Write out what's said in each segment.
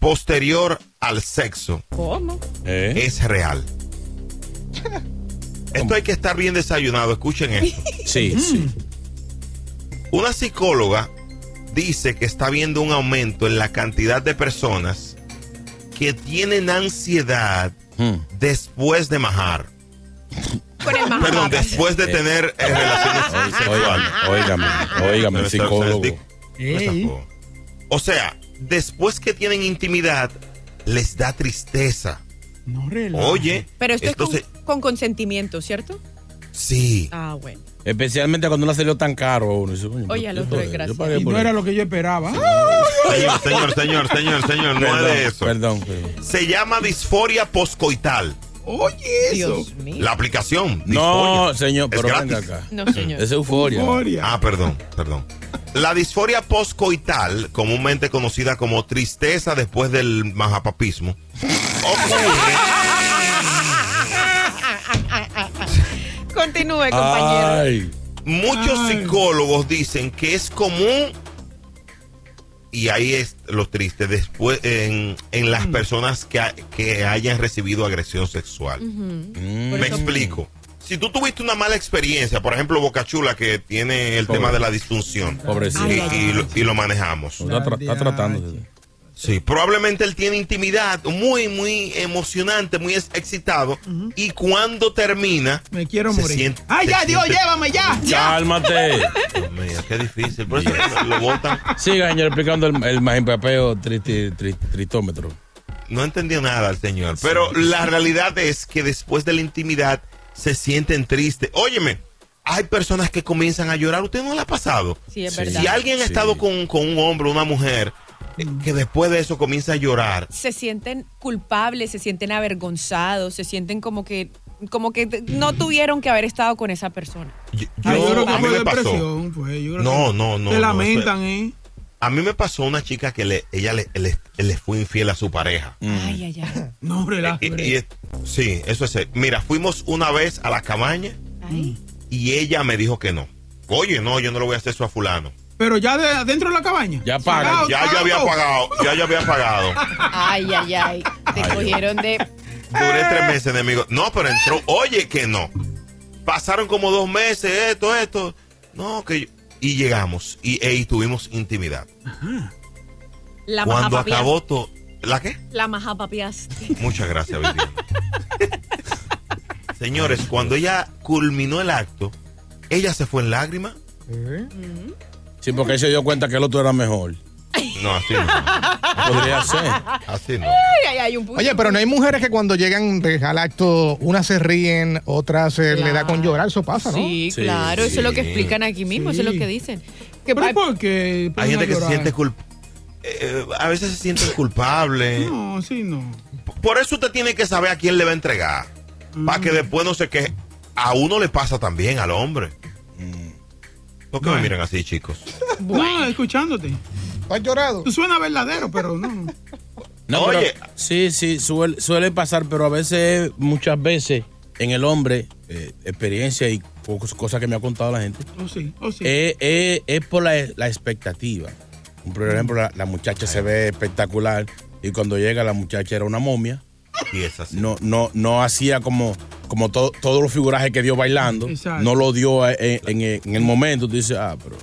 posterior al sexo ¿Cómo? ¿Eh? es real. Esto hay que estar bien desayunado, escuchen esto. Mm. Sí, sí. Una psicóloga dice que está viendo un aumento en la cantidad de personas que tienen ansiedad Mm. después de majar. Con el majabaja. Perdón, después de tener eh, relaciones sexuales. Óigame, óigame, Pero, psicólogo. ¿sabes? Di- no estás bobo. O sea, después que tienen intimidad, les da tristeza. Oye, Pero esto entonces, es con, con consentimiento, ¿cierto? sí. Ah, bueno. Especialmente cuando no le salió tan caro a uno. Dice, coño, Oye, yo- al yo otro pagué- desgraciado. yo pagué Y por no era él. lo que yo esperaba. ¡Ah! Señor, señor, señor, señor, señor, no es de eso. Perdón, perdón. Se llama disforia poscoital. Oye, Dios mío. La aplicación. No, disforia. señor, Es pero venga gratis. acá. No, señor. Es euforia. Gloria. Ah, perdón, perdón. La disforia poscoital, comúnmente conocida como tristeza después del majapapismo, ocurre, Continúe, compañero. Ay, muchos Ay. psicólogos dicen que es común, y ahí es lo triste, después en, en Mm. las personas que, ha- que hayan recibido agresión sexual. Por Mm. Me eso- explico. Si tú tuviste una mala experiencia, por ejemplo, Bocachula, que tiene el Pobre. tema de la disfunción, y, pobrecito. y lo, y lo manejamos. Está, tra- está tratándose. Sí, probablemente él tiene intimidad muy, muy emocionante, muy ex- excitado. Y cuando termina, Me quiero Se morir. siente- ¡Ay, se ya, Dios, siente- llévame ya! ¡Ya! Cálmate. Dios mío, qué difícil. Por eso lo botan. Siga, señor, explicando el, el majipapeo tristi- tri- tristómetro. No entendió nada el señor. Pero la realidad es que después de la intimidad se sienten tristes. Óyeme, hay personas que comienzan a llorar. ¿Usted no le ha pasado? Sí, es Sí. verdad. Si alguien ha Sí. estado con, con un hombre, una mujer, eh, Mm. que después de eso comienza a llorar. Se sienten culpables, se sienten avergonzados, se sienten como que como que t- no tuvieron que haber estado con esa persona. Yo, Ay, yo creo a que mí fue me pasó. depresión, pues. Yo creo No, que no, no, Te no, lamentan, ¿eh? A mí me pasó una chica que le, ella le, le- le fue infiel a su pareja. Ay, ay, ay. No, relaja. Y- y- relaja. y- sí, eso es. Mira, fuimos una vez a la cabaña Ay. y ella me dijo que no. Oye, no, yo no le voy a hacer eso a fulano. Pero ya de, dentro de la cabaña. Ya paga. Ah, Ya yo había pagado, ya yo había pagado. Ay, ay, ay. Te Ay. cogieron de. Eh. Duré tres meses enemigo. No, pero entró. Oye, que no. Pasaron como dos meses, esto, esto. No, que yo- Y llegamos y, e, y tuvimos intimidad. La Cuando majapapiaste. acabó todo. ¿La qué? La majapapiaste. Muchas gracias, Viviana. Señores, cuando ella culminó el acto, ella se fue en lágrimas. Mm. Sí, porque él se dio cuenta que el otro era mejor. No, así no. Podría ser. Así no. Ay, ay, ay, un punto. Oye, pero no hay mujeres que cuando llegan de- al acto, unas se ríen, otras eh, le da con llorar, eso pasa, ¿no? Sí, Sí, claro, eso es lo que sí. explican aquí mismo, eso es lo Sí. que dicen. Que Pero pa- ¿por qué? Hay gente que se llorar? siente culpable. a veces se siente culpable. No, sí, no. Por eso usted tiene que saber a quién le va a entregar. Para Mm. que después no se queje. A uno le pasa también al hombre. Mm. ¿Por qué me miran así, chicos? No, escuchándote. ¿Tú has llorado? Tú suena verdadero, pero no. No, Oye. pero- sí, sí, suele, suele pasar, pero a veces, muchas veces, en el hombre, eh, experiencia y co- cosas que me ha contado la gente, Oh, sí, oh, sí. eh, eh, es por la, la expectativa. Por ejemplo, la, la muchacha se ve espectacular y cuando llega la muchacha era una momia. Y es así. No, no, no hacía como, como todo, todos los figurajes que dio bailando. Exacto. No lo dio eh, en, en- en el momento. Tú dices, ah, pero...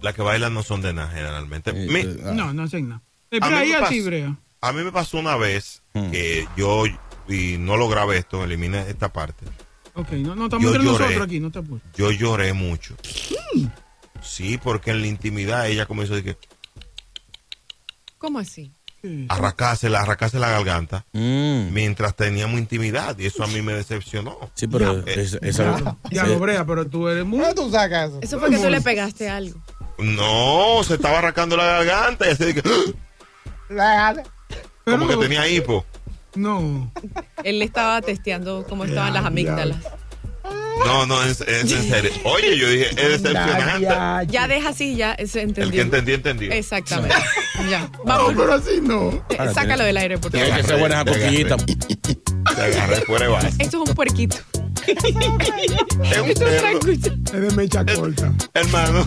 Las que bailan no son de nada generalmente. eh, Mi- eh, ah. no, no hacen nada. Eh, A mí pero ahí me a pas- ti, Brea. A mí me pasó una vez Mm. Hmm. que yo, y no lo grabé esto, elimina esta parte. Ok, no, no estamos Yo entre lloré. nosotros aquí, no te apures. Yo lloré mucho. Sí, porque en la intimidad ella comenzó a decir que ¿Cómo así? Sí. arracase, arracase la garganta Mm, mientras teníamos intimidad y eso a mí me decepcionó. sí, pero es- esa- Ya, sí. lo Brea, pero tú eres muy. ¿Cómo tú sacas eso? Eso fue que tú le pegaste algo. No, se estaba arrancando la garganta y así de que, La- ¡ah! Pero como que tenía hipo. No. Él le estaba testeando cómo estaban las amígdalas. No, no, es, es en serio. Oye, yo dije, es decepcionante. Ya deja así, ya se entendió. El que entendió, entendió. Exactamente. ya. No, Vamos. pero así no. Eh, Ahora Sácalo tiene- del aire, por Hay favor. que ser buena esa cosquillita. Te agarré fuera de base. Esto es un puerquito. Es un Esto es una perro, cucha. Es de mecha Eh, corta. hermano.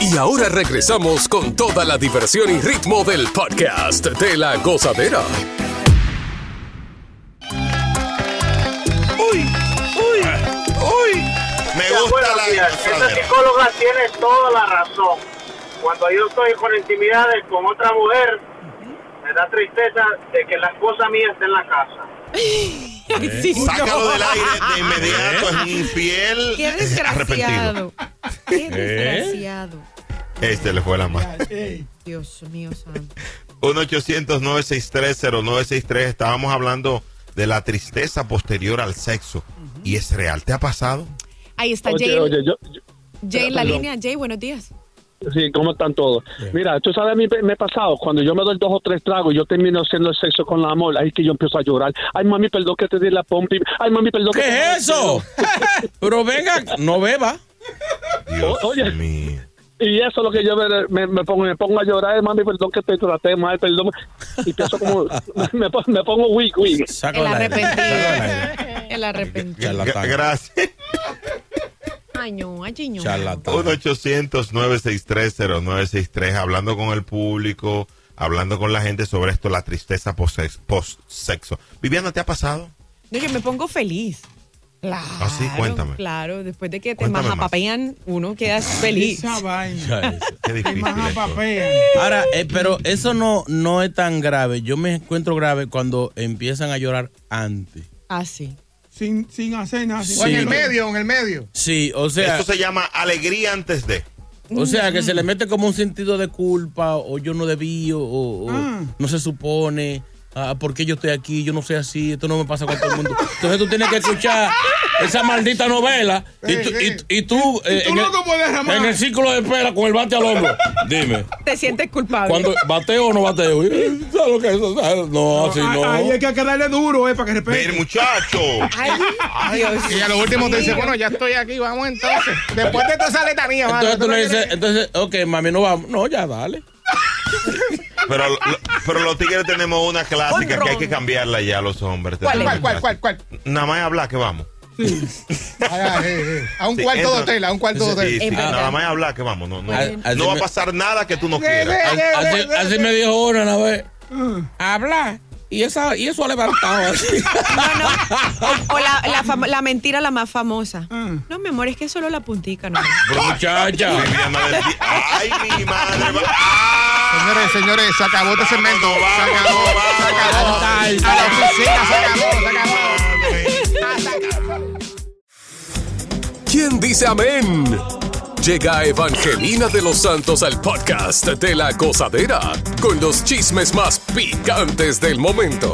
Y ahora regresamos con toda la diversión y ritmo del podcast de la gozadera. Uy, uy, uy. Me gusta la gozadera. psicóloga tiene toda la razón. Cuando yo estoy con intimidades con otra mujer, me da tristeza de que la esposa mía esté en la casa. Ay, sí, no. Sácalo del aire de ¿Eh? inmediato, es un infiel. Qué Arrepentido. desgraciado. Qué desgraciado. Este le fue la mano. Dios mío, santo. 1-800-963-0963. Estábamos hablando de la tristeza posterior al sexo. Y es real. ¿Te ha pasado? Ahí está Jay. Jay en la línea. Jay, buenos días. Sí, ¿cómo están todos? Mira, tú sabes, a mí me ha pasado, cuando yo me doy dos o tres tragos y yo termino haciendo el sexo con la amor, ahí es que yo empiezo a llorar. Ay, mami, perdón que te di la pompi. Ay, mami, perdón que te- ¿Qué es eso? pero venga, no beba. Dios O- oye. mío. Y eso es lo que yo me, me- me pongo, me pongo a llorar, mami, perdón que te traté mal, perdón. Y pienso como, me, pon- me pongo weak, weak. Sácalo El al aire, sácalo al aire. arrepentido. El arrepentido. Charlatán. Gra- Gracias. Ay, no, ay, no. Charlatán. 1-800-963-0963. Hablando con el público, hablando con la gente sobre esto, la tristeza poses- post-sexo. Viviana, ¿te ha pasado? Ah, No, yo me pongo feliz. Claro. sí, cuéntame. Claro, después de que te Cuéntame más. majapapean, uno queda feliz. Esa vaina. Ya es. Te Qué difícil. maja esto. papea. Ahora, eh, pero eso no, no es tan grave. Yo me encuentro grave cuando empiezan a llorar antes. Así. Sin, sin hacer nada. sin O en Sí. hacer el nada. medio, en el medio. Sí, o sea, Esto se llama alegría antes de. o sea que se le mete como un sentido de culpa o yo no debí o, o- o Ah. no se supone. ah, ¿Por qué yo estoy aquí? Yo no soy así. Esto no me pasa con todo el mundo. Entonces tú tienes que escuchar esa maldita novela y tú, Sí, sí. y- y tú, eh, tú en, loco por el, derramar. en el círculo de espera con el bate al hombro. Dime. Te sientes culpable. Cuando bateo o no bateo. ¿Sabes lo que es eso? ¿Sabes? No, así Ay, Ahí hay no. que darle duro, eh, para que respete. Ven, muchacho. Ay, Dios. Y a lo último te dice, bueno, ya estoy aquí, vamos entonces. Después de toda esa letanía, mano, Entonces tú no le dices, quieres- entonces, ok, mami, no vamos. No, ya dale. Pero, lo- pero los tigres tenemos una clásica Honrón. que hay que cambiarla ya los hombres. ¿Cuál, Tenemos cuál, cuál, una cuál, cuál? clásica. Nada más hablar que vamos. Haga, eh, eh. A un cuarto de hotel, a un cuarto de hotel. Sí, sí, Es verdad. nada más hablar que vamos, no, no, Ah, así no va a me- pasar nada que tú no quieras. Así, así me dijo una una vez. Habla. Y, esa, y eso ha levantado así. O la, la fam- la mentira la más famosa. Ah. No, mi amor, es que es solo la puntica, no. Pero muchacha. Ay, mi madre. Señores, señores, se acabó este segmento. se acabó, se acabó. vámonos. A la oficina, se acabó, se acabó. ¿Quién dice amén? Llega Evangelina de los Santos al podcast de la gozadera con los chismes más picantes del momento.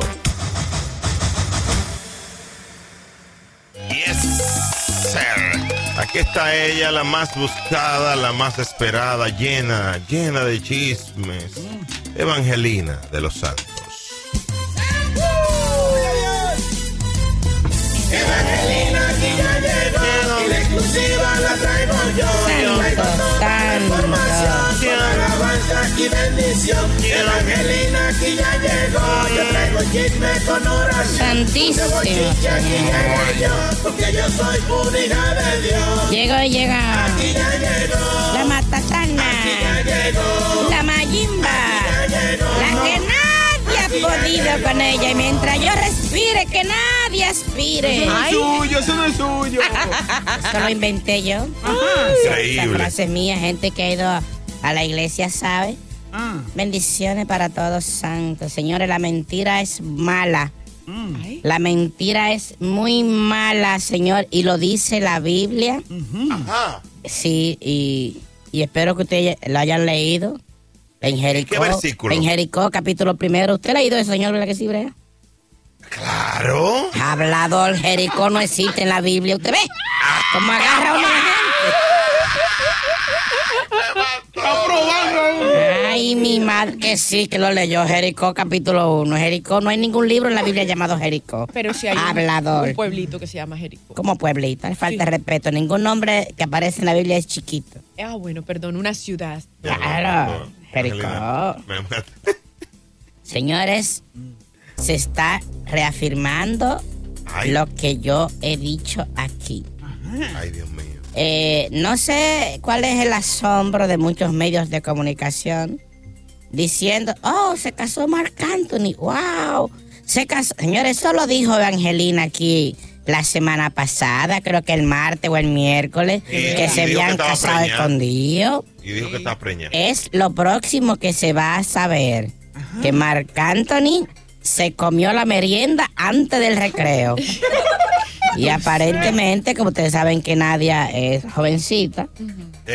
Yes, sir. Aquí está ella, la más buscada, la más esperada, llena, llena de chismes. Evangelina de los Santos. Evangelina aquí ya llegó y la exclusiva la traigo yo. Traigo toda la información, toda la alabanza y bendición. Evangelina aquí ya llegó, yo traigo chisme con oración. Santísimo Yo voy chichi, aquí llegué yo, porque yo soy una hija de Dios. Llegó, llega. Aquí ya llegó, La matatana. ya llegó. La mayimba. La que nadie ha podido con ella. Y mientras yo respire, que nadie aspire. Eso no es Ay. suyo, eso no es suyo. Eso lo inventé yo. Increíble. Esa frase mía, gente que ha ido a, a la iglesia sabe. Ah. Bendiciones para todos santos. Señores, la mentira es mala. La mentira es muy mala, señor, y lo dice la Biblia. Ah. Sí, y, y espero que ustedes lo hayan leído. En Jericó, versículo? en Jericó, capítulo primero. ¿Usted ha leído eso, señor, verdad que sí, Brea? Claro. Hablador, Jericó no existe en la Biblia. ¿Usted ve? Como agarra uno a la Ah. gente. Ay, mi madre, que sí, que lo leyó. Jericó, capítulo 1. Jericó, no hay ningún libro en la Biblia llamado Jericó. Pero si hay un- Hablador. un pueblito que se llama Jericó. Como pueblito, le falta de respeto. Ningún nombre que aparece en la Biblia es chiquito. Ah, bueno, perdón, una ciudad. Claro, Jericó. Señores, Mm. se está reafirmando lo que yo he dicho aquí. Ay, Dios mío. Eh, no sé cuál es el asombro de muchos medios de comunicación diciendo, oh, se casó Marc Anthony, wow, se casó. Señores, eso lo dijo Evangelina aquí la semana pasada, creo que el martes o el miércoles, Sí, que y se dijo que habían estaba casado preñada. escondido. Y dijo que está preñada. Es lo próximo que se va a saber, que Marc Anthony se comió la merienda antes del recreo. Y aparentemente, como ustedes saben que Nadia es jovencita,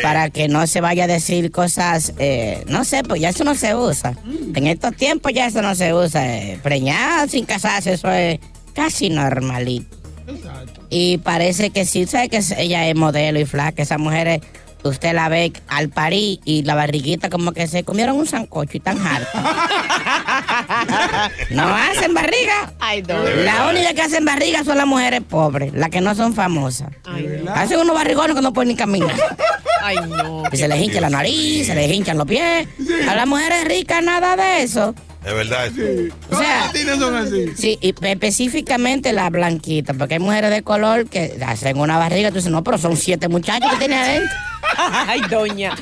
para que no se vaya a decir cosas, eh, no sé, pues ya eso no se usa. En estos tiempos ya eso no se usa. eh, preñada sin casarse, eso es casi normalito. Y parece que sí, sabe que ella es modelo y flaca, esas mujeres... Usted la ve al parir y la barriguita como que se comieron un sancocho y tan harta. no hacen barriga. La única que hacen barriga son las mujeres pobres, las que no son famosas. Hacen unos barrigones que no pueden ni caminar. Ay, no. Y se les hincha la nariz, se les hinchan los pies. A las mujeres ricas nada de eso. Es verdad. eso. O sea, sí, y específicamente las blanquitas, porque hay mujeres de color que hacen una barriga, tú dices, no, pero son siete muchachos que tienen adentro. Ay, doña.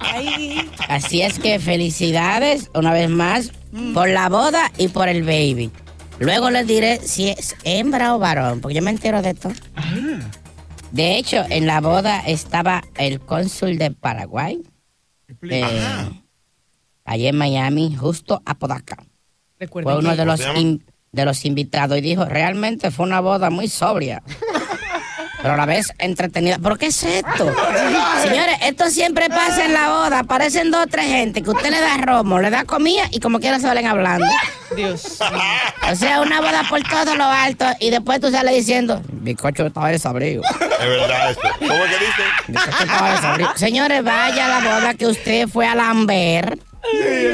Ay. Así es que felicidades una vez más por la boda y por el baby. Luego les diré si es hembra o varón, porque yo me entero de todo. De hecho, en la boda estaba el cónsul de Paraguay. eh, allí en Miami, justo Apodaca. Recuerda Fue uno que- de los, in- de los invitados y dijo, realmente fue una boda muy sobria. Pero a la vez entretenida. ¿Pero qué es esto? Señores, esto siempre pasa en la boda. Aparecen dos o tres gente que usted le da romo, le da comida y como quiera se salen hablando. Dios. O sea, una boda por todo lo alto y después tú sales diciendo, bizcocho estaba desabrido. Es verdad eso. ¿Cómo es que dicen? bizcocho estaba desabrido. Señores, vaya a la boda que usted fue a lamber.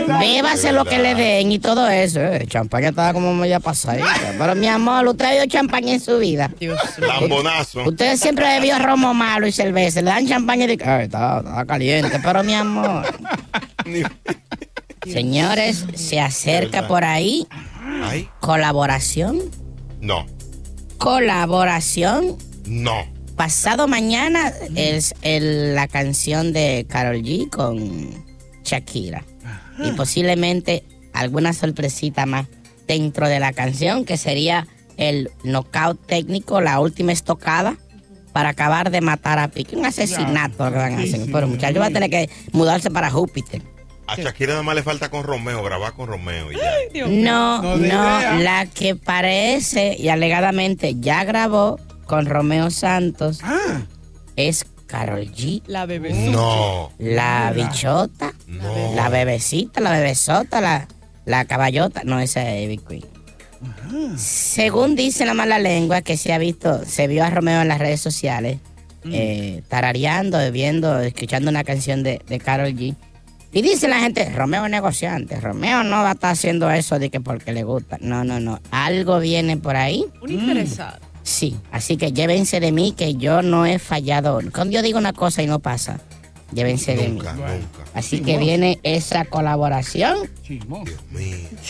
Bébase lo que le den y todo eso. Eh, El champaña estaba como media pasadita. Pero mi amor, usted ha bebido champaña en su vida. Lambonazo. Usted siempre bebió romo malo y cerveza. Le dan champaña y dicen, "Ay, está, está caliente. Pero mi amor. Señores, se acerca por ahí Ay, colaboración no. colaboración No. Pasado mañana es el- la canción de Carol G con Shakira. Ah. Y pues, posiblemente alguna sorpresita más dentro de la canción, que sería el knockout técnico, la última estocada, para acabar de matar a Piqué. Un asesinato lo que van a hacer. Pero muchachos va a tener que mudarse para Júpiter. A Shakira nada más le falta con Romeo, grabar con Romeo y ya. No, no, la que parece y alegadamente ya grabó con Romeo Santos es Carol G. La bebé. No. La Mira. bichota. La bebecita, la bebesota, la, la caballota. No, esa es Ivy Queen. Según dice la mala lengua que se ha visto, se vio a Romeo en las redes sociales, Mm. eh, tarareando, bebiendo, escuchando una canción de, de Carol G. Y dice la gente, Romeo es negociante, Romeo no va a estar haciendo eso de que porque le gusta. No, no, no. Algo viene por ahí. Un interesado. Sí, así que llévense de mí que yo no he fallado. Cuando yo digo una cosa y no pasa, llévense de mí. Así que viene esa colaboración.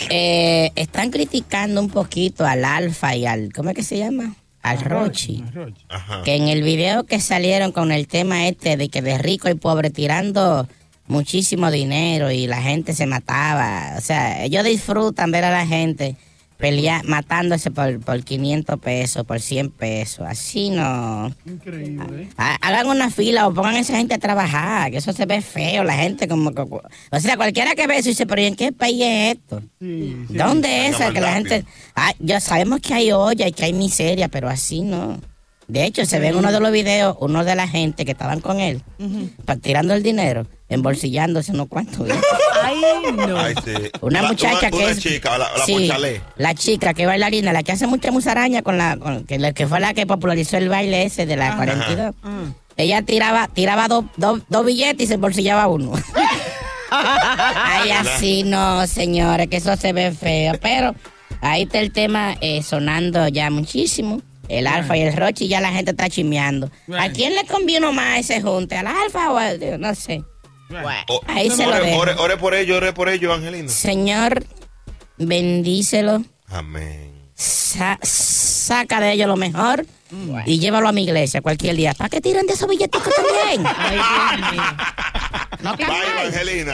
Eh, están criticando un poquito al Alfa y al, ¿cómo es que se llama? Al Rochi. Ajá. Que en el video que salieron con el tema este de que de rico y pobre tirando muchísimo dinero y la gente se mataba. O sea, ellos disfrutan ver a la gente pelear, matándose por, por 500 pesos, por 100 pesos. Así no. Increíble. Ha- Hagan una fila o pongan a esa gente a trabajar, que eso se ve feo, la gente como que... O sea, cualquiera que ve eso dice, pero ¿y en qué país es esto? ¿Dónde es Hagan esa que la mandapio. gente... Ah, ya sabemos que hay olla y que hay miseria, pero así no. De hecho, se ve en uno de los videos, uno de la gente que estaban con él, pa- tirando el dinero, embolsillándose no cuánto. ¿eh? Ay, no. Ay, sí. Una muchacha que una es- chica, la, la Sí, pochalé. la chica que es bailarina, la que hace mucha musaraña con la... con- que, la que fue la que popularizó el baile ese de la 42. Mm. Ella tiraba, tiraba dos dos- dos billetes y se embolsillaba uno. Ay, así no, señores, que eso se ve feo. Pero ahí está el tema eh, sonando ya muchísimo. El alfa y el rochi ya la gente está chimeando. ¿A quién le convino más ese junte? ¿Al alfa o al, no sé? O- Ahí se lo ore, dejo. ore- ore por ello, ore por ello, Angelina. Señor, bendícelo, Amén. sa- saca de ellos lo mejor y llévalo a mi iglesia cualquier día. ¿Para que tiren de esos billeticos también? No Bye, Angelina.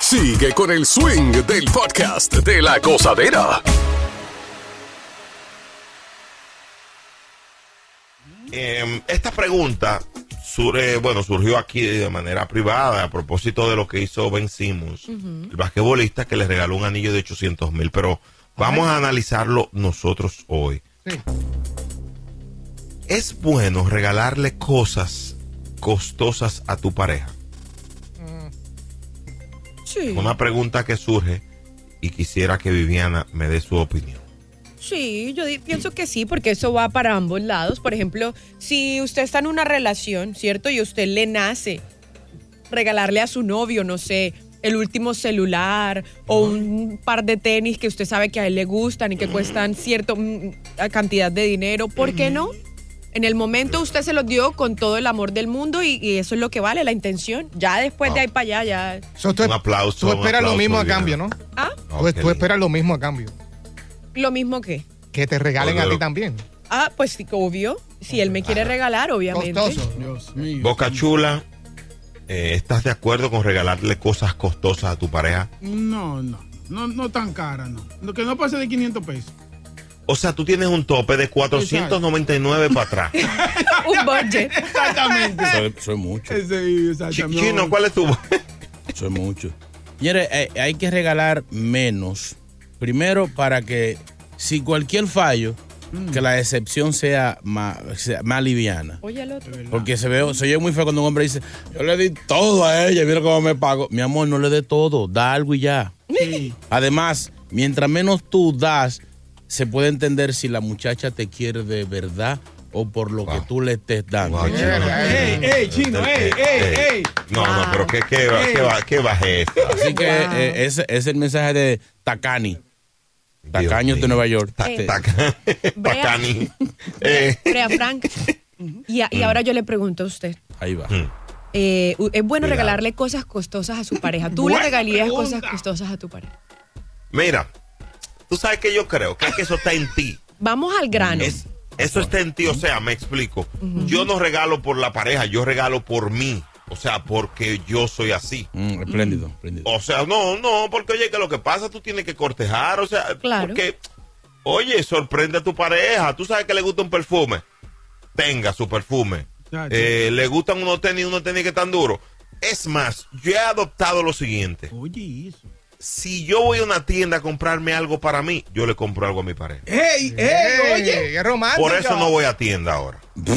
Sigue con el swing del podcast de la gozadera. Eh, esta pregunta sur- eh, bueno, surgió aquí de manera privada a propósito de lo que hizo Ben Simmons, el basquetbolista que le regaló un anillo de 800 mil, pero vamos a analizarlo nosotros hoy. ¿Es bueno regalarle cosas costosas a tu pareja? Sí. Una pregunta que surge y quisiera que Viviana me dé su opinión. Sí, yo di- pienso que sí, porque eso va para ambos lados. Por ejemplo, si usted está en una relación, ¿cierto? Y a usted le nace regalarle a su novio, no sé, el último celular o un par de tenis que usted sabe que a él le gustan y que cuestan cierta cantidad de dinero, ¿por qué no? En el momento usted se los dio con todo el amor del mundo y, y eso es lo que vale, la intención. Ya después Ah. de ahí para allá, ya... un aplauso. Tú un esperas lo aplauso, mismo a Viviana. cambio, ¿no? ¿Ah? Tú, tú esperas lo mismo a cambio. ¿Lo mismo que? Que te regalen Oye, a ti lo- también. Ah, pues sí, obvio. Si él me quiere regalar, obviamente. Boca Chula, eh, ¿estás de acuerdo con regalarle cosas costosas a tu pareja? No, no. No, no tan cara, no. Lo que no pase de 500 pesos. O sea, tú tienes un tope de 499 para atrás. Un budget. Exactamente. Soy, soy mucho. Sí, exactamente. Chino, ¿cuál es tu Soy mucho. Señores, eh, hay que regalar menos. Primero, para que si cualquier fallo, Mm. que la excepción sea más, sea más liviana. Oye, el otro. Porque se ve, se oye muy feo cuando un hombre dice, yo le di todo a ella, mira cómo me pago. Mi amor, no le dé todo, da algo y ya. Además, mientras menos tú das, se puede entender si la muchacha te quiere de verdad o por lo que tú le estés dando. Ey, ey, chino, ey, ey, ey. No, no, pero ¿qué, qué, va- qué, va- qué bajeza? Así que eh, ese es el mensaje de Takani. Tacaño de Nueva York. Eh. Brea. Takani. Eh. Crea Frank. Y, a- y ahora yo le pregunto a usted. Ahí va. Mm. eh, u- ¿Es bueno Cuidado. regalarle cosas costosas a su pareja? ¿Tú le Buena regalarías pregunta. cosas costosas a tu pareja? Mira, tú sabes que yo creo que, es que eso está en ti. Vamos al grano. Es- eso está en ti, o sea, me explico. Ujú. Yo no regalo por la pareja, yo regalo por mí. O sea, porque yo soy así. espléndido, espléndido. O sea, no, no, porque oye, que lo que pasa tú tienes que cortejar, o sea, Claro. porque, oye, sorprende a tu pareja. Tú sabes que le gusta un perfume. Tenga su perfume. Chacho. Eh, le gustan unos tenis, unos tenis que están duros. Es más, yo he adoptado lo siguiente. Oye, eso. Si yo voy a una tienda a comprarme algo para mí, yo le compro algo a mi pareja. Eh, Ey, ey, oye. Qué romántico. Por eso no voy a tienda ahora. No,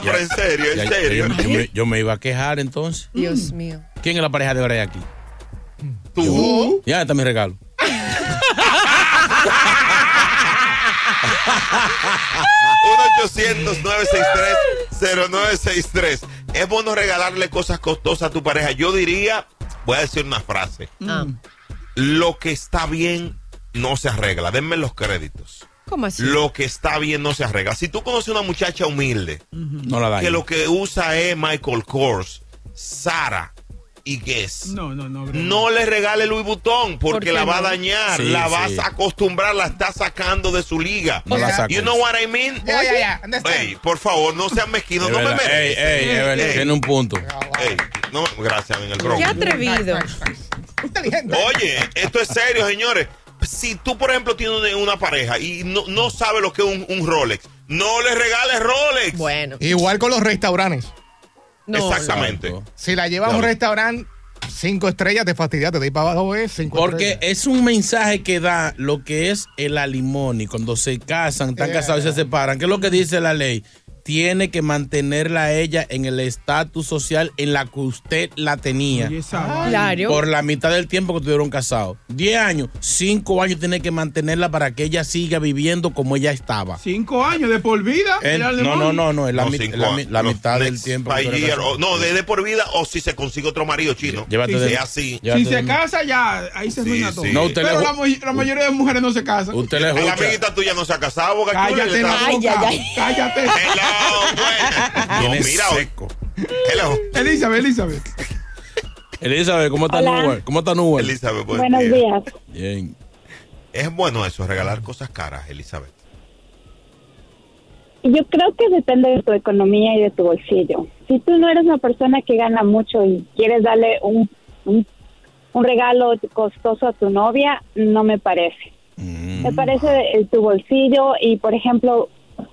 pero en serio, en serio. Yo, me, yo me iba a quejar entonces. Mm. Dios mío. ¿Quién es la pareja de ahora aquí? Tú. Ya está mi regalo. tres Es bueno regalarle cosas costosas a tu pareja. Yo diría, voy a decir una frase. Ah, Lo que está bien no se arregla. Denme los créditos. ¿Cómo así? Lo que está bien no se arregla. Si tú conoces una muchacha humilde, No la dañes. que lo que usa es Michael Kors, Sara y Guess. No, no, no. bro. No le regale Louis Vuitton porque ¿Por la qué va a no? dañar, Sí, la sí. vas a acostumbrar, la está sacando de su liga. No la saques. You know what I mean? Ya, ya, ya. Ey, por favor, no sean mezquinos, Es no me verdad. merecen. Ey, ey, es verdad, Ey, tiene un punto. ey, no, gracias, en el Qué Bronx. atrevido. Inteligente. Oye, esto es serio, señores. Si tú, por ejemplo, tienes una- una pareja y no, no sabe lo que es un, un Rolex, no le regales Rolex. Bueno. Igual con los restaurantes. No, Exactamente. Si la llevas a un restaurante, cinco estrellas, te fastidiaste, te di para abajo, es cinco Porque estrellas. es un mensaje que da lo que es el alimony. Cuando se casan, están Eh. Yeah. casados y se separan. ¿Qué es lo que dice la ley? Tiene que mantenerla a ella en el estatus social en la que usted la tenía. Oye, esa no. vaina. Claro. Por la mitad del tiempo que estuvieron casados. 10 años, 5 años tiene que mantenerla para que ella siga viviendo como ella estaba. Cinco años de por vida. En- Mira, no, no, no, no, es la, No, mi- cinco la mi- años. la Los mitad del next tiempo. que five estuvieron year, o- casados. no, de, de por vida o si se consigue otro marido chino. Llévate de- Es así. llévate Si de- se casa ya, ahí se Sí, arruina sí. todo. No, usted Pero le- la, mo- la mayoría de mujeres no se casan. Usted le La escucha. amiguita tuya no se ha casado, Boca Chula, Cállate yo la estaba- boca. Cállate. Eh. Hello, buena. No, Tiene mira, hoy- seco. Hello. Elizabeth, Elizabeth. Elizabeth, ¿cómo está Hola. Nubel? ¿Cómo está Nubel? Elizabeth, buen Buenos día. días. Bien. Es bueno eso, regalar cosas caras, Elizabeth. Yo creo que depende de tu economía y de tu bolsillo. Si tú no eres una persona que gana mucho y quieres darle un, un, un regalo costoso a tu novia, no me parece. Me parece eh, tu bolsillo y, por ejemplo,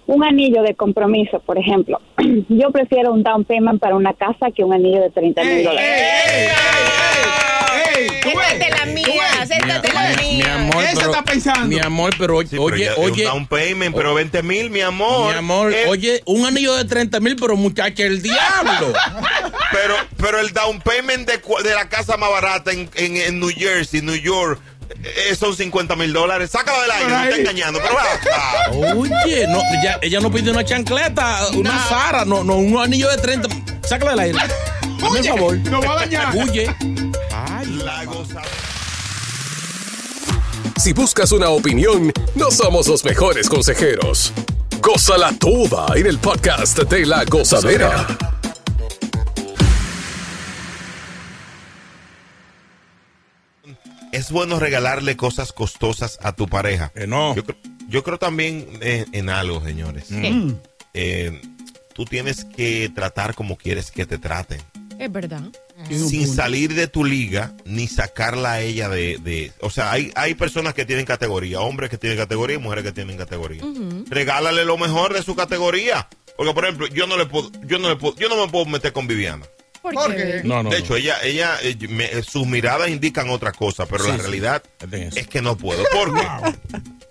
un anillo de compromiso, por ejemplo. Yo prefiero un down payment para una casa que un anillo de 30 mil dólares. Ey, tú Séntate ves, la mía, séntate la mi, mi mía. amor, Eso pero, está pensando. mi amor, pero oye, Sí, pero oye, ya- oye, Un down payment, pero 20 mil, mi amor. mi amor, Eh, oye, un anillo de 30 mil, pero muchacha, el diablo. Pero, pero el down payment de, cu- de la casa más barata en, en- en New Jersey, New York, eh, son 50 mil dólares. Sácala del aire, Por no está ahí. engañando. Pero basta. Oye, no, ella, ella no pidió una chancleta, una Sara, no, no, un anillo de 30. Sácala del aire. Dame el favor. Nos va a dañar. Huye. La goza- Si buscas una opinión, no somos los mejores consejeros. Cosa la tuba en el podcast de la gozadera. Es bueno regalarle cosas costosas a tu pareja. Que no. Mm. Yo, cre- yo creo también eh, en algo, señores. Eh, tú tienes que tratar como quieres que te traten. Ah. Es verdad. sin salir de tu liga ni sacarla a ella de... de- o sea, hay, hay personas que tienen categoría, hombres que tienen categoría y mujeres que tienen categoría. Mm. Regálale lo mejor de su categoría. Porque, por ejemplo, yo no le puedo, yo no le puedo, yo no me puedo meter con Viviana. ¿Por ¿Por qué? qué? de hecho, ella, ella, eh, me- eh, sus miradas indican otra cosa, pero Sí, la sí. realidad es que no puedo. ¿Por qué?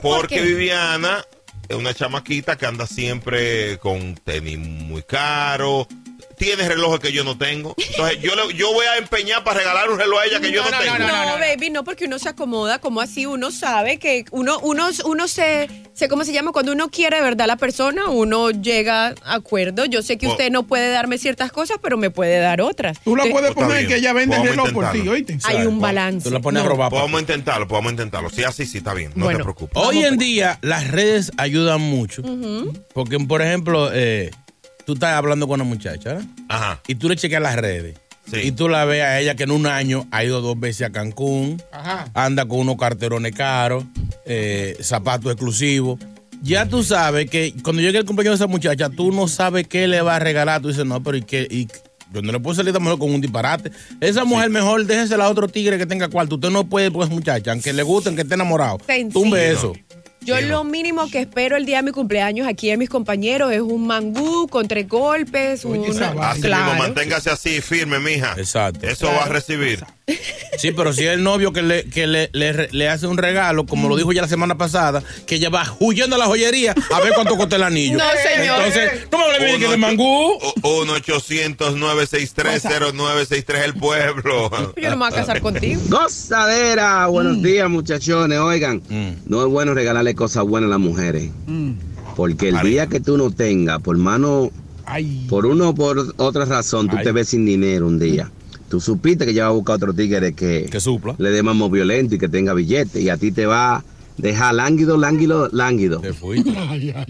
Porque qué? Viviana es una chamaquita que anda siempre con tenis muy caro. Tiene relojes que yo no tengo. Entonces, yo, le- yo voy a empeñar para regalar un reloj a ella que yo no, tengo. baby, no, porque uno se acomoda, como así uno sabe que uno, uno, uno se, se, ¿cómo se llama? Cuando uno quiere de verdad a la persona, uno llega a acuerdo. Yo sé que Oh. usted no puede darme ciertas cosas, pero me puede dar otras. Tú la Entonces- Pues puedes poner que ella vende Vamos a reloj por intentarlo. ti, ¿oíste? Hay un balance. a No. robar. pues. Podemos intentarlo, podemos intentarlo. Si así, sí, está bien. No te preocupes. Hoy en día las redes ayudan mucho. Ujú. Porque, por ejemplo, eh, tú estás hablando con una muchacha, ¿verdad? Ajá. Y tú le checas las redes. Y tú la ves a ella que en un año ha ido dos veces a Cancún, Ajá. anda con unos carterones caros, eh, zapatos exclusivos. Ya tú sabes que cuando llegue el cumpleaños de esa muchacha, tú no sabes qué le va a regalar. Tú dices, no, pero ¿y qué? ¿Y yo no le puedo salir a esta mujer con un disparate. Esa mujer mejor déjesela a otro tigre que tenga cuarto. Usted no puede, pues, muchacha, aunque le guste, aunque esté enamorado. Sencillo. Tumbe eso. Yo lo mínimo que espero el día de mi cumpleaños aquí de mis compañeros es un mangú con tres golpes, una- Así Claro. mismo, manténgase así firme, mija. Exacto. Eso va a recibir. Sí, pero si es el novio que le, que le, le re- le hace un regalo, como lo dijo ya la semana pasada, que ella va huyendo a la joyería a ver cuánto costó el anillo. No, señor. Entonces, no me hable bien que de mangú. 1 800 963 0963 el pueblo. Yo no me voy a casar contigo. Gozadera, buenos días muchachones, oigan, no es bueno regalarle cosas buenas a las mujeres, porque el día que tú no tengas, por mano, por una o por otra razón, tú te ves sin dinero un día. Tú supiste que ya va a buscar otro tigre que, le dé mamo violento y que tenga billete, y a ti te va a dejar lánguido, lánguido, lánguido.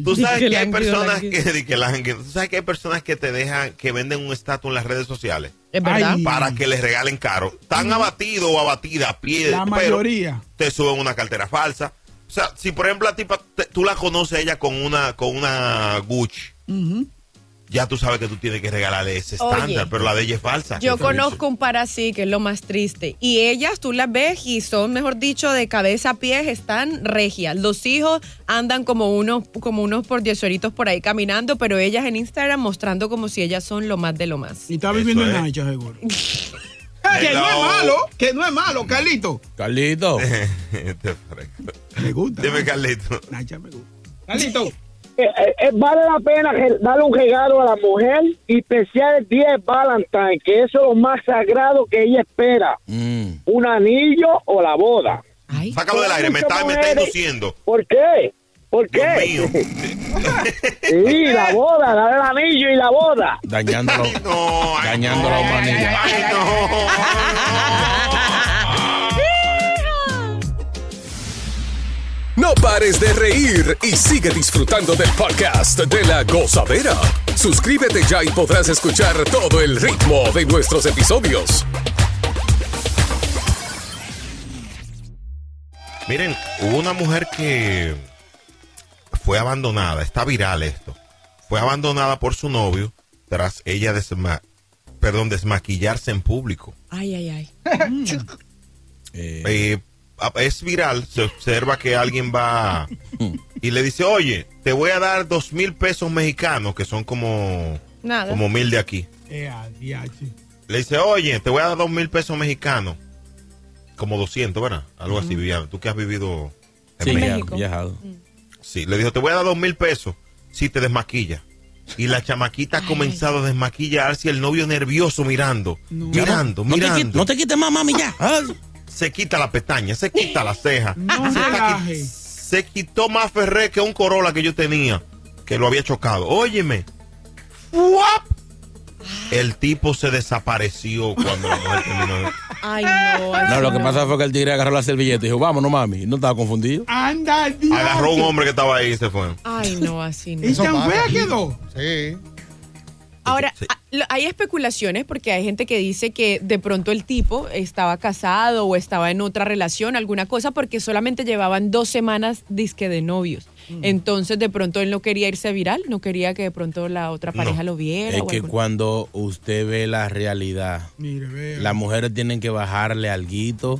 Tú sabes que, Que hay lánguido, personas que, di que lánguido. tú sabes que hay personas que te dejan, que venden un estatus en las redes sociales. Es verdad. Ay. Para que les regalen caro. Tan abatido o abatida a pie. La pero mayoría. Te suben una cartera falsa. O sea, si por ejemplo la tipa, te- tú la conoces a ella con una, con una Gucci, ya tú sabes que tú tienes que regalarle ese Oye. estándar, pero la de ella es falsa. Yo conozco un para sí, que es lo más triste. Y ellas, tú las ves y son, mejor dicho, de cabeza a pies, están regias. Los hijos andan como unos, como unos por diezoritos por ahí caminando, pero ellas en Instagram mostrando como si ellas son lo más de lo más. Y está viviendo Eso en es. Naicha, seguro. Que no es Hello. malo, que no es malo, Carlito. Carlito. me gusta. Este Dime, Carlito. Eh, eh, eh, vale la pena re- darle un regalo a la mujer y especial el día de Valentine, que eso es lo más sagrado que ella espera. Un anillo o la boda. Mm. Sácalo del aire, me está, me está induciendo. ¿Por qué? ¿Por qué? sí, la boda, darle el anillo y la boda. Dañándolo. dañándolo a la humanidad. No pares de reír y sigue disfrutando del podcast de la gozadera. Suscríbete ya y podrás escuchar todo el ritmo de nuestros episodios. Miren, hubo una mujer que fue abandonada, está viral esto. Fue abandonada por su novio tras ella desma- perdón, desmaquillarse en público. Ay, ay, ay. Mm. Eh, a- es viral, se observa que alguien va y le dice, oye, te voy a dar dos mil pesos mexicanos, que son como, Nada. como mil de aquí. Eh, Le dice, oye, te voy a dar dos mil pesos mexicanos. Como 200, ¿verdad? Algo así, Viviana. Tú que has vivido en Sí, México. viajado, viajado. Sí, le dijo, te voy a dar dos mil pesos si te desmaquillas. Y la chamaquita ha comenzado a desmaquillarse y el novio nervioso mirando, mirando, No te mirando. Ah, quit- no te quites más, mami, ya. Se quita la pestaña, se quita la ceja. se, está qui- se quitó más Ferré que un Corolla que yo tenía, que lo había chocado. Óyeme, ¡Fuap! el tipo se desapareció cuando la mujer terminó de- Ay, no. así No, lo que no. pasa fue que el tigre agarró la servilleta y dijo, vámonos, mami. No estaba confundido. Anda, Agarró un hombre que estaba ahí y se fue. Ay, no, así no. ¿Y tan fea quedó? Sí. Ahora, a- lo- hay especulaciones porque hay gente que dice que de pronto el tipo estaba casado o estaba en otra relación, alguna cosa, porque solamente llevaban dos semanas disque de novios. Entonces, de pronto él no quería irse viral, no quería que de pronto la otra pareja lo viera. pues. Es o que algo. cuando usted ve la realidad, las mujeres tienen que bajarle alguito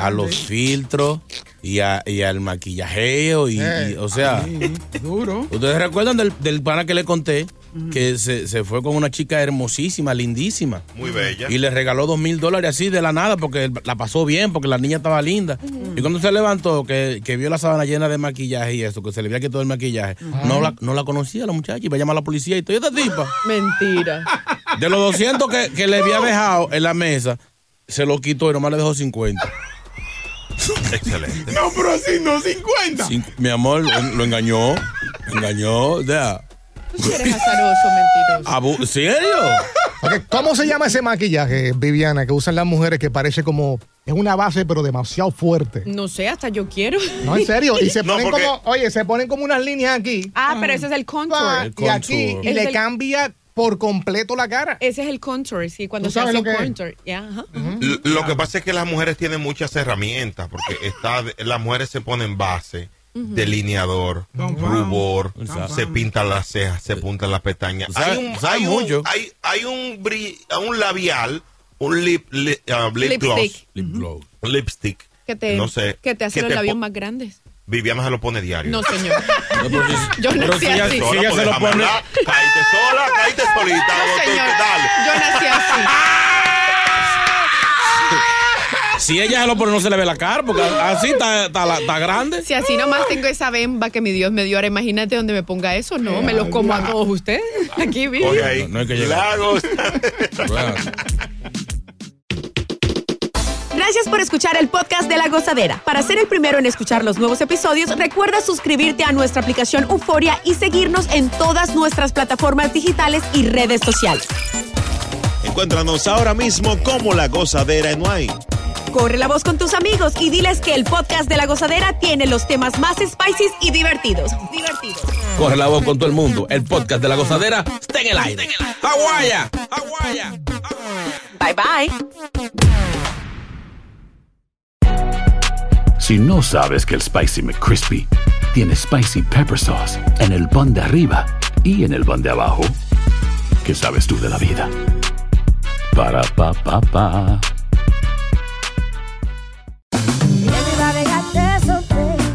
a los filtros y, a- y al maquillajeo. Y, Eh, y, o sea, Duro. ¿ustedes recuerdan del, del pana que le conté? Que se, se fue con una chica hermosísima, lindísima. Muy bella. Y le regaló dos mil dólares así de la nada porque él la pasó bien, porque la niña estaba linda. Y cuando se levantó, que, que vio la sábana llena de maquillaje y eso, que se le había quitado el maquillaje, no, la, no la conocía la muchacha. Iba a llamar a la policía y todo. ¿Y esta tipa? Mentira. De los 200 que, que le había dejado en la mesa, se lo quitó y nomás le dejó 50. Excelente. No, pero así no, 50. Cinco- mi amor, lo, lo engañó. lo engañó. O sea, Tú sí eres azaroso, mentiroso. abu- ¿serio? Ok, ¿Cómo se llama ese maquillaje, Viviana, que usan las mujeres que parece como. Es una base, pero demasiado fuerte. No sé, hasta yo quiero. No, en serio. Y se No, ponen porque- como. Oye, se ponen como unas líneas aquí. Ah, pero ese es el contour. Ah, El Y aquí. contour. Y Es le el- cambia por completo la cara. Ese es el contour, sí, cuando ¿Tú se sabes hace lo un que es? contour. Ya, ajá. L- Lo que pasa es que las mujeres tienen muchas herramientas, porque está, de- las mujeres se ponen base, Ujú. delineador, rubor, Exacto. se pintan las cejas, se puntan las pestañas. Sabe- Hay un, sabe hay mucho. un, hay, hay un, bri- un labial, un lip, lip, uh, lip gloss, Lipstick. lip gloss, lipstick. Que te, no sé. que te hace los labios po- más grandes. Viviana se lo pone diario. No, señor. Yo pues, Pero nací si ella- así. si ella se lo pone- Caíste sola, caíste solita. No, tú- señor. dale. Yo nací así. Si ella se lo pone, no se le ve la cara, porque así está, está la- está grande. Si así nomás tengo esa bemba que mi Dios me dio, ahora imagínate donde me ponga eso. No, me los como a todos ustedes. Aquí, vivo. Oye, ahí. No, no hay que llegar. Lagos. Gracias por escuchar el podcast de La Gozadera. Para ser el primero en escuchar los nuevos episodios, recuerda suscribirte a nuestra aplicación Euforia y seguirnos en todas nuestras plataformas digitales y redes sociales. Encuéntranos ahora mismo como La Gozadera en Nuay. Corre la voz con tus amigos y diles que el podcast de La Gozadera tiene los temas más spicy y divertidos. Divertidos. Corre la voz con todo el mundo. El podcast de la gozadera está en el aire. ¡Aguaya! Bye bye. Si no sabes que el Spicy McCrispy tiene Spicy Pepper Sauce en el pan de arriba y en el pan de abajo, ¿qué sabes tú de la vida? Para, pa, pa, pa.